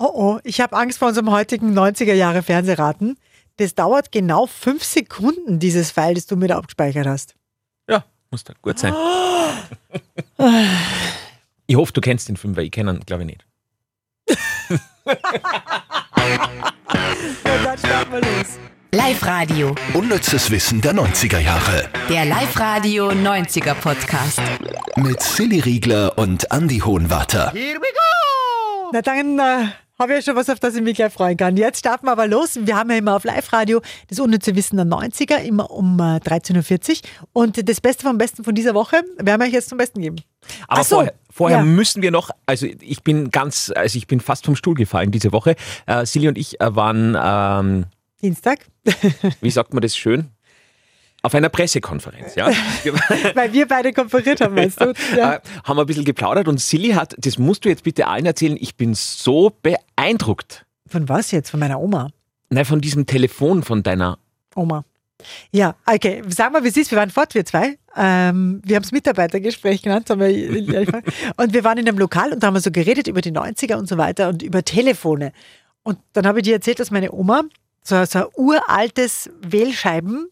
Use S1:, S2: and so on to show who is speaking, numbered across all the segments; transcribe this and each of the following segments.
S1: Oh, Ich habe Angst vor unserem heutigen 90er Jahre Fernsehraten. Das dauert genau fünf Sekunden, dieses File, das du mir da abgespeichert hast.
S2: Ja, muss dann gut sein. Ich hoffe, du kennst den Film, weil ich kenne ihn, glaube ich, nicht.
S1: Na, dann starten wir los.
S3: Live Radio,
S4: Unnützes Wissen der 90er Jahre.
S3: der Live Radio 90er Podcast.
S4: Mit Silly Riegler und Andy Hohenwater.
S1: Na dann äh, habe ich ja schon was, auf das ich mich gleich freuen kann. Jetzt starten wir aber los. Wir haben ja immer auf Live-Radio das unnütze Wissen der 90er, immer um äh, 13.40 Uhr. Und das Beste vom Besten von dieser Woche werden wir euch jetzt zum Besten geben.
S2: Aber
S1: Ach so,
S2: vorher, vorher
S1: ja.
S2: müssen wir noch, also ich bin ganz, also ich bin fast vom Stuhl gefallen diese Woche. Äh, Silly und ich äh, waren, ähm,
S1: Dienstag.
S2: wie sagt man das schön? Auf einer Pressekonferenz, ja. Wir waren-
S1: Weil wir beide konferiert haben, weißt du? Ja.
S2: äh, haben ein bisschen geplaudert und Silly hat, das musst du jetzt bitte allen erzählen, ich bin so beeindruckt.
S1: Von was jetzt? Von meiner Oma.
S2: Nein, von diesem Telefon von deiner.
S1: Oma. Ja, okay. Sagen wir, wie es ist. Wir waren fort, wir zwei. Ähm, wir haben es Mitarbeitergespräch genannt. Haben wir, und wir waren in einem Lokal und da haben wir so geredet über die 90er und so weiter und über Telefone. Und dann habe ich dir erzählt, dass meine Oma so, so ein uraltes Wählscheiben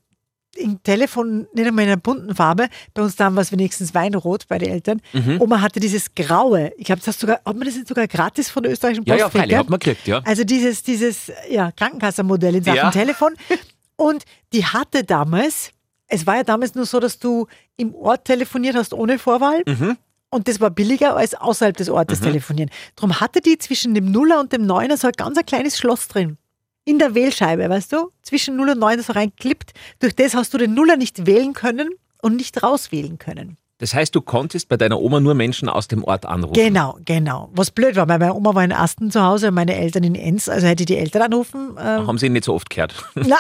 S1: im Telefon, nicht einmal in einer bunten Farbe, bei uns dann war es wenigstens Weinrot bei den Eltern.
S2: Mhm.
S1: Oma hatte dieses Graue. Ich glaube, das hast sogar, hat man das nicht sogar gratis von der österreichischen
S2: Ja,
S1: Post
S2: ja, freilich,
S1: gekriegt?
S2: hat man gekriegt, ja.
S1: Also dieses, dieses ja, Krankenkassenmodell in Sachen
S2: Ja.
S1: Telefon. Und die hatte damals, es war ja damals nur so, dass du im Ort telefoniert hast ohne Vorwahl. Und das war billiger als außerhalb des Ortes telefonieren. Darum hatte die zwischen dem Nuller und dem Neuner so ein ganz ein kleines Schloss drin. In der Wählscheibe, weißt du? Zwischen 0 und 9 so reinklippt. Durch das hast du den Nuller nicht wählen können und nicht rauswählen können.
S2: Das heißt, du konntest bei deiner Oma nur Menschen aus dem Ort anrufen.
S1: Genau, genau. Was blöd war, weil meine Oma war in Asten zu Hause und meine Eltern in Enns, also hätte ich die Eltern anrufen. Ähm,
S2: Haben sie nicht so oft gehört.
S1: na,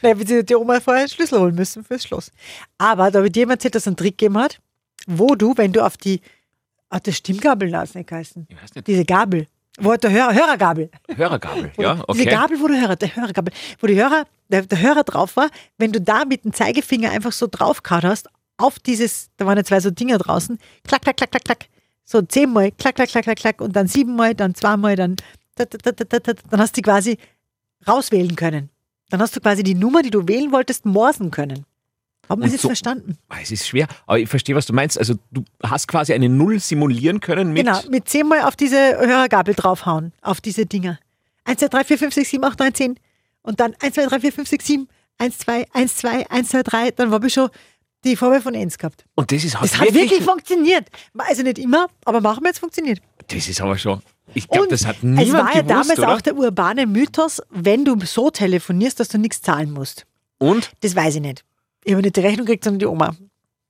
S1: nein, beziehungsweise die Oma vorher einen Schlüssel holen müssen fürs Schloss. Aber da wird jemand erzählt, dass es einen Trick gegeben hat, wo du, wenn du auf die, hat das Stimmgabel hat's nicht geheißen?
S2: Ich weiß nicht,
S1: Diese Gabel. Wo hat der Hörer, Hörergabel?
S2: Hörergabel,
S1: Wo
S2: ja,
S1: die-
S2: okay.
S1: Diese Gabel, wo der Hörer, der Hörergabel, wo die Hörer, der, der Hörer drauf war, wenn du da mit dem Zeigefinger einfach so draufgehauen hast, auf dieses, da waren ja zwei so Dinger draußen, klack, klack, klack, klack, klack, so zehnmal, klack, klack, klack, klack, klack, und dann siebenmal, dann zweimal, dann, tat, tat, tat, tat, tat, dann hast du die quasi rauswählen können. Dann hast du quasi die Nummer, die du wählen wolltest, morsen können. Haben wir es
S2: Und
S1: jetzt
S2: so-
S1: verstanden?
S2: Ah, Es ist schwer, aber ich verstehe, was du meinst. Also du hast quasi eine Null simulieren können mit...
S1: Genau, mit zehnmal auf diese Hörergabel draufhauen, auf diese Dinger. 1, 2, 3, 4, 5, 6, 7, 8, 9, 10. Und dann 1, 2, 3, 4, 5, 6, 7, 1, 2, 1, 2, 1, 2, 3. Dann habe ich schon die Vorwahl von 1 gehabt.
S2: Und das ist, halt
S1: Das hat wirklich, funktioniert. Also nicht immer, aber machen wir jetzt funktioniert.
S2: Das ist aber schon... Ich glaube, das hat niemand
S1: es war ja
S2: gewusst,
S1: damals
S2: oder?
S1: auch der urbane Mythos, wenn du so telefonierst, dass du nichts zahlen musst.
S2: Und?
S1: Das weiß ich nicht. Ich habe nicht die Rechnung gekriegt, sondern die Oma.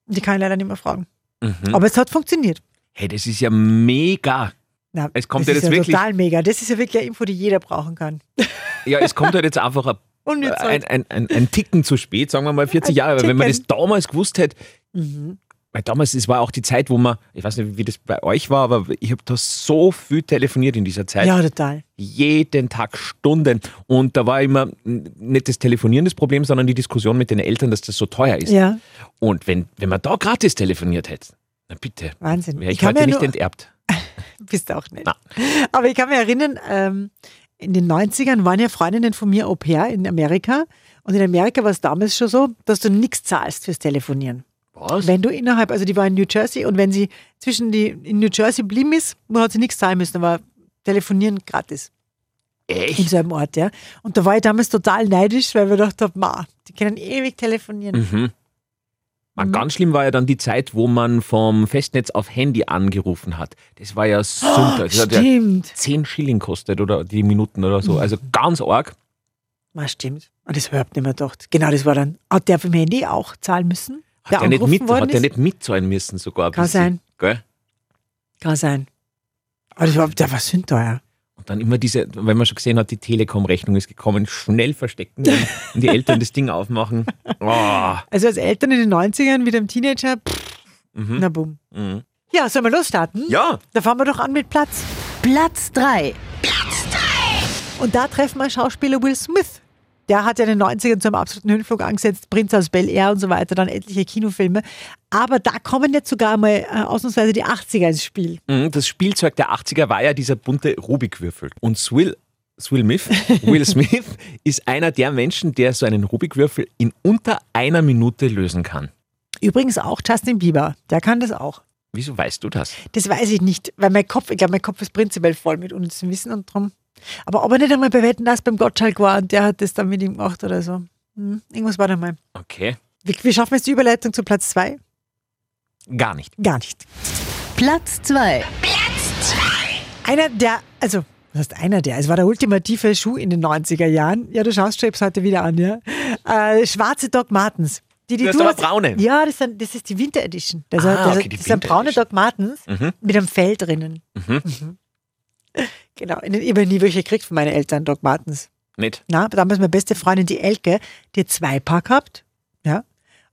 S1: Die kann ich leider nicht mehr fragen.
S2: Mhm.
S1: Aber es hat funktioniert.
S2: Hey, das ist ja mega.
S1: Na,
S2: Es kommt
S1: das
S2: ja
S1: ist
S2: jetzt
S1: ja
S2: wirklich-
S1: total mega. Das ist ja wirklich eine Info, die jeder brauchen kann.
S2: Ja, es kommt halt jetzt einfach ein
S1: Und jetzt
S2: ein, ein, ein, ein Ticken zu spät, sagen wir mal 40
S1: Ein
S2: Jahre. Weil wenn man das
S1: Ticken.
S2: damals gewusst hätte,
S1: Mhm.
S2: weil damals, es war auch die Zeit, wo man, ich weiß nicht, wie das bei euch war, aber ich habe da so viel telefoniert in dieser Zeit.
S1: Ja, total.
S2: Jeden Tag Stunden. Und da war immer n- nicht das Telefonieren das Problem, sondern die Diskussion mit den Eltern, dass das so teuer ist.
S1: Ja,
S2: Und wenn, wenn man da gratis telefoniert hätte, na bitte,
S1: Wahnsinn.
S2: wäre ich,
S1: kann
S2: heute
S1: mir
S2: nicht
S1: nur,
S2: enterbt.
S1: bist auch nicht.
S2: Na.
S1: Aber ich kann mich erinnern, ähm, in den 90ern waren ja Freundinnen von mir Au pair in Amerika. Und in Amerika war es damals schon so, dass du nichts zahlst fürs Telefonieren.
S2: Was?
S1: Wenn du innerhalb, also die war in New Jersey und wenn sie zwischen die in New Jersey blieben ist, hat sie nichts zahlen müssen, aber telefonieren gratis.
S2: Echt?
S1: im selben Ort, ja. Und da war ich damals total neidisch, weil wir gedacht haben, ma, die können ewig telefonieren.
S2: Mhm.
S1: Mhm.
S2: Man, ganz schlimm war ja dann die Zeit, wo man vom Festnetz auf Handy angerufen hat. Das war ja super. Das hat ja
S1: Stimmt.
S2: 10 Schilling kostet oder die Minuten oder so. Also ganz arg.
S1: Ma, Ah, stimmt. Und das überhaupt nicht mehr gedacht. Genau, das war dann. Hat der vom Handy auch zahlen müssen?
S2: Hat der, nicht,
S1: angerufen
S2: mit,
S1: worden
S2: hat der
S1: ist?
S2: nicht mitzahlen müssen sogar. ein
S1: Kann
S2: bisschen,
S1: sein.
S2: Gell?
S1: Kann sein. Aber das war, der war sündteuer.
S2: Und dann immer diese, wenn man schon gesehen hat, die Telekom-Rechnung ist gekommen, schnell verstecken und, und die Eltern das Ding aufmachen. Oh,
S1: Also als Eltern in den 90ern mit einem Teenager, pff,
S2: mhm,
S1: na bumm.
S2: mhm.
S1: Ja, sollen wir losstarten?
S2: Ja,
S1: Da fahren wir doch an mit Platz.
S3: Platz 3.
S1: Und da treffen wir Schauspieler Will Smith. Der hat ja in den 90ern zu einem absoluten Höhenflug angesetzt, Prinz aus Bel Air und so weiter, dann etliche Kinofilme. Aber da kommen jetzt sogar mal äh, ausnahmsweise die 80er ins Spiel.
S2: Mhm, Das Spielzeug der 80er war ja dieser bunte Rubikwürfel. Und Swill, Swill Miff, Will Smith ist einer der Menschen, der so einen Rubikwürfel in unter einer Minute lösen kann.
S1: Übrigens auch Justin Bieber, der kann das auch.
S2: Wieso weißt du das?
S1: Das weiß ich nicht, weil mein Kopf, ich glaube, mein Kopf ist prinzipiell voll mit unnützem Wissen und drum. Aber ob er nicht einmal bei Wetten das beim Gottschalk war und der hat das dann mit ihm gemacht oder so. Hm, irgendwas war da mal.
S2: Okay,
S1: Wie, wie schaffen wir jetzt die Überleitung zu Platz 2?
S2: gar nicht.
S1: Gar nicht.
S3: Platz 2.
S1: Einer der, also, was heißt einer der? Es war der ultimative Schuh in den 90er Jahren. Ja, du schaust Shapes heute wieder an, ja. Äh, schwarze Doc Martens. Die, die
S2: Das ist
S1: du
S2: aber
S1: hast-
S2: braune.
S1: Ja, das, sind, das ist die Winter Edition. Das,
S2: Ah,
S1: hat- das,
S2: okay, die
S1: das sind
S2: Winter
S1: braune
S2: Edition.
S1: Doc Martens
S2: Mhm.
S1: mit einem Fell drinnen.
S2: Mhm.
S1: Mhm. Genau, ich habe nie welche gekriegt von meinen Eltern, Doc Martens.
S2: Nicht?
S1: Na, damals meine beste Freundin, die Elke, die hat zwei Paar gehabt. Ja.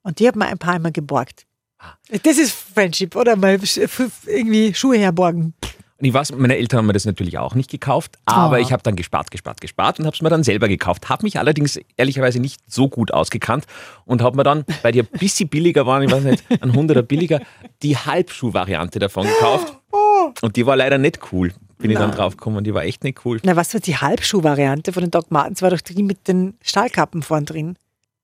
S1: Und die hat mir ein paar immer geborgt.
S2: Ah.
S1: Das ist Friendship, oder? Mal sch- f- irgendwie Schuhe herborgen.
S2: Und ich weiß, meine Eltern haben mir das natürlich auch nicht gekauft, aber
S1: Ah.
S2: ich habe dann gespart, gespart, gespart und habe es mir dann selber gekauft. Habe mich allerdings ehrlicherweise nicht so gut ausgekannt und habe mir dann, weil die ein bisschen billiger waren, ich weiß nicht, ein Hunderter billiger, die Halbschuh-Variante davon gekauft. Und die war leider nicht cool. Bin ich dann draufgekommen, die war echt nicht cool.
S1: Na, was war die Halbschuh-Variante von den Doc Martens? War doch die mit den Stahlkappen vorn drin.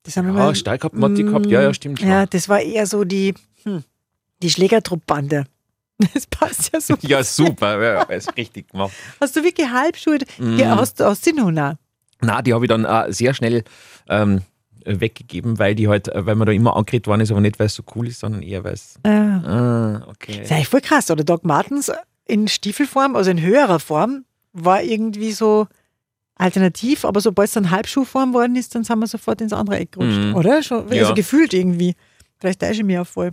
S1: Das haben wir
S2: Ah,
S1: mal-
S2: Steilkappen hat die gehabt, ja, ja, stimmt schon.
S1: Ja, das war eher so die, hm, die Schlägertruppbande. Das passt ja so.
S2: Ja, super, ja, ist richtig gemacht.
S1: Hast du wirklich Halbschuhe
S2: Mm.
S1: ge- aus, aus Sinhona?
S2: Na, die habe ich dann äh, sehr schnell ähm, weggegeben, weil die halt, äh, weil man da immer angeredet worden ist, aber nicht, weil es so cool ist, sondern eher, weil es.
S1: Äh.
S2: Ah, okay.
S1: Das ist eigentlich voll krass, oder? Doc Martens in Stiefelform, also in höherer Form, war irgendwie so alternativ, aber sobald es dann Halbschuhform worden ist, dann sind wir sofort ins andere Eck gerutscht,
S2: Mhm.
S1: oder? Schon, also
S2: Ja.
S1: gefühlt irgendwie. Vielleicht täusche ich mich auch voll.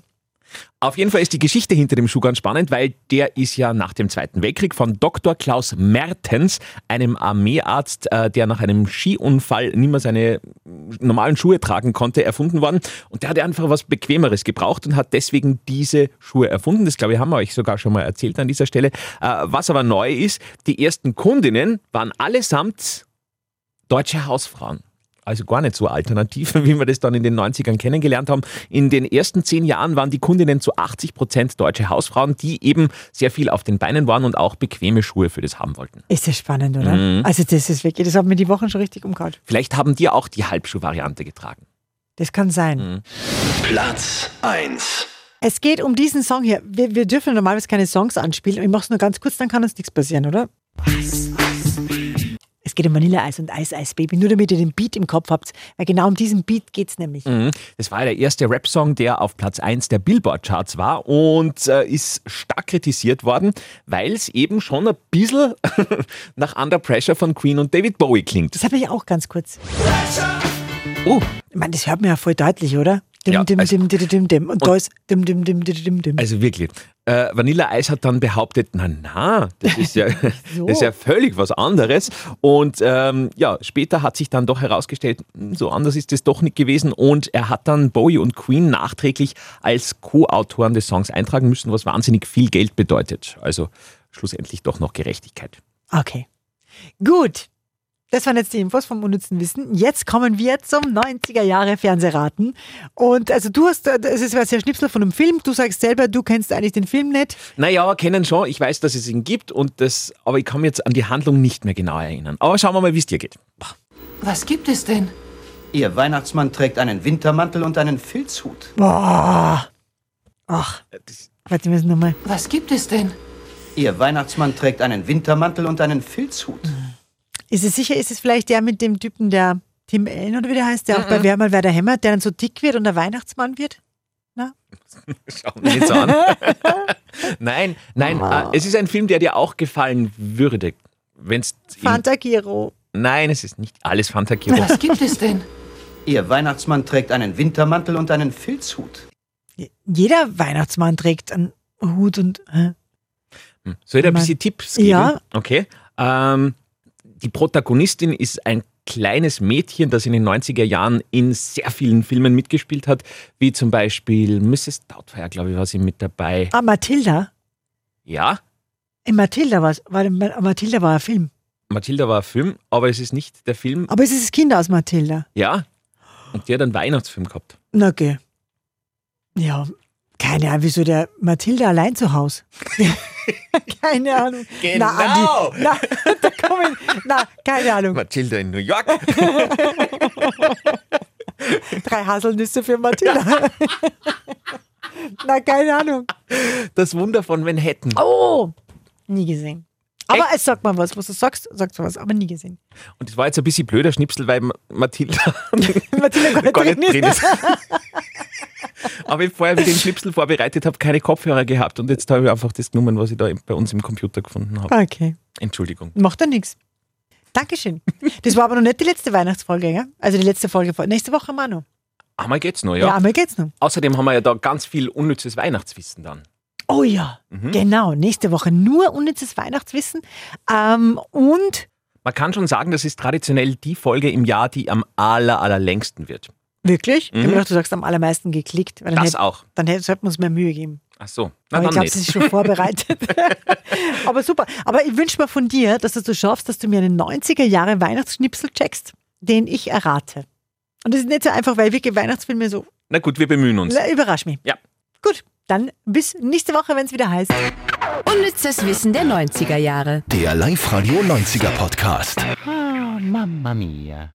S2: Auf jeden Fall ist die Geschichte hinter dem Schuh ganz spannend, weil der ist ja nach dem Zweiten Weltkrieg von Dr. Klaus Mertens, einem Armeearzt, äh, der nach einem Skiunfall nicht mehr seine normalen Schuhe tragen konnte, erfunden worden. Und der hat einfach was Bequemeres gebraucht und hat deswegen diese Schuhe erfunden. Das glaube ich, haben wir euch sogar schon mal erzählt an dieser Stelle. Äh, was aber neu ist, die ersten Kundinnen waren allesamt deutsche Hausfrauen. Also gar nicht so alternativ, wie wir das dann in den 90ern kennengelernt haben. In den ersten zehn Jahren waren die Kundinnen zu 80 Prozent deutsche Hausfrauen, die eben sehr viel auf den Beinen waren und auch bequeme Schuhe für das haben wollten.
S1: Ist das spannend, oder?
S2: Mhm.
S1: Also das ist wirklich, das hat mir die Wochen schon richtig umgehauen.
S2: Vielleicht haben die auch die Halbschuh-Variante getragen.
S1: Das kann sein.
S2: Mhm.
S4: Platz 1.
S1: Es geht um diesen Song hier. Wir, wir dürfen normalerweise keine Songs anspielen. Ich mache es nur ganz kurz, dann kann uns nichts passieren, oder? Es geht um Vanilleeis und Eis, Eis, Baby. Nur damit ihr den Beat im Kopf habt, weil genau um diesen Beat geht es nämlich.
S2: Mhm. Das war ja der erste Rap-Song, der auf Platz 1 der Billboard-Charts war und äh, ist stark kritisiert worden, weil es eben schon ein bisschen nach Under Pressure von Queen und David Bowie klingt.
S1: Das habe ich auch ganz kurz.
S2: Oh,
S1: Ich meine, das hört man ja voll deutlich, oder? Dim,
S2: Ja,
S1: dim,
S2: also-
S1: dim, dim, dim, dim. Und, da ist dim, dim, dim, dim, dim, dim.
S2: Also wirklich. Äh, Vanilla Eis hat dann behauptet, na na, das ist ja,
S1: So.
S2: das ist ja völlig was anderes. Und ähm, ja, später hat sich dann doch herausgestellt, hm, so anders ist es doch nicht gewesen. Und er hat dann Bowie und Queen nachträglich als Co-Autoren des Songs eintragen müssen, was wahnsinnig viel Geld bedeutet. Also schlussendlich doch noch Gerechtigkeit.
S1: okay. Gut. Das waren jetzt die Infos vom unnützen Wissen. Jetzt kommen wir zum 90er Jahre Fernsehraten. Und also du hast, äh, es ist was ja Schnipsel von einem Film. Du sagst selber, du kennst eigentlich den Film nicht.
S2: Naja, kennen schon, ich weiß, dass es ihn gibt, und das, aber ich kann mich jetzt an die Handlung nicht mehr genau erinnern. Aber schauen wir mal, wie es dir geht.
S5: Was gibt es denn?
S6: Ihr Weihnachtsmann trägt einen Wintermantel und einen Filzhut.
S1: Boah. Ach. Warte, wir müssen nochmal.
S5: Was gibt es denn?
S6: Ihr Weihnachtsmann trägt einen Wintermantel und einen Filzhut.
S1: Ist es sicher, ist es vielleicht der mit dem Typen, der Tim Allen oder wie der heißt, der auch bei Wer mal wer der hämmert, der dann so dick wird und der Weihnachtsmann wird?
S2: Schau mich jetzt an. nein, nein, äh, es ist ein Film, der dir auch gefallen würde. Wenn's in,
S1: Fantagiro.
S2: nein, es ist nicht alles Fantagiro.
S5: Was gibt es denn?
S6: Ihr Weihnachtsmann trägt einen Wintermantel und einen Filzhut.
S1: Jeder Weihnachtsmann trägt einen Hut und. Hä?
S2: Soll ich dir ein
S1: Mann.
S2: bisschen Tipps geben?
S1: Ja.
S2: Okay. Ähm, die Protagonistin ist ein kleines Mädchen, das in den 90er Jahren in sehr vielen Filmen mitgespielt hat, wie zum Beispiel Mrs. Doubtfire, glaube ich, war sie mit dabei.
S1: Ah, Matilda.
S2: Ja?
S1: In Matilda war es. Warte, Ma- Matilda war ein Film.
S2: Matilda war ein Film, aber es ist nicht der Film,
S1: Aber es ist das Kind aus Matilda.
S2: ja. Und der hat einen Weihnachtsfilm gehabt.
S1: Na, okay. Ja, keine Ahnung, wieso der Matilda allein zu Hause? keine Ahnung.
S2: Genau.
S1: Na, Andi, na, da kommen, na, keine Ahnung.
S2: Matilda in New York.
S1: Drei Haselnüsse für Matilda. na, keine Ahnung.
S2: Das Wunder von Manhattan.
S1: Oh, nie gesehen. Aber es sagt man was, was du sagst, sagt man was, aber nie gesehen.
S2: Und das war jetzt ein bisschen blöder Schnipsel, weil Ma- Matilda
S1: Matilda gar nicht
S2: gar
S1: drin
S2: nicht drin ist. Aber ich vorher, wie ich den Schnipsel vorbereitet habe, keine Kopfhörer gehabt. Und jetzt habe ich einfach das genommen, was ich da bei uns im Computer gefunden habe.
S1: Okay,
S2: Entschuldigung.
S1: macht ja nichts. Dankeschön. Das war aber noch nicht die letzte Weihnachtsfolge, gell? Also die letzte Folge. vor- Nächste Woche haben wir noch.
S2: Einmal geht's noch,
S1: Ja,
S2: ja.
S1: einmal geht's noch.
S2: Außerdem haben wir ja da ganz viel unnützes Weihnachtswissen dann.
S1: Oh ja,
S2: Mhm.
S1: genau. Nächste Woche nur unnützes Weihnachtswissen. Ähm, und
S2: Man kann schon sagen, das ist traditionell die Folge im Jahr, die am aller, allerlängsten wird.
S1: wirklich, ich hab gedacht, du sagst am allermeisten geklickt. Weil dann
S2: Mhm. Das
S1: hätt,
S2: auch.
S1: Dann hätte, sollten wir uns mehr Mühe geben.
S2: Ach so. Na
S1: Aber ich
S2: dann
S1: glaube,
S2: nicht.
S1: es ist schon vorbereitet. Aber super. Aber ich wünsche mir von dir, dass du es so schaffst, dass du mir einen 90er Jahre Weihnachtsschnipsel checkst, den ich errate. Und das ist nicht so einfach, weil wirklich Weihnachtsfilme so
S2: Na gut, wir bemühen uns.
S1: na, überrasch mich.
S2: Ja.
S1: Gut, dann bis nächste Woche, wenn es wieder heißt.
S3: Unnützes Wissen der 90er Jahre.
S4: Der Live-Radio 90er Podcast.
S7: Mamma mia.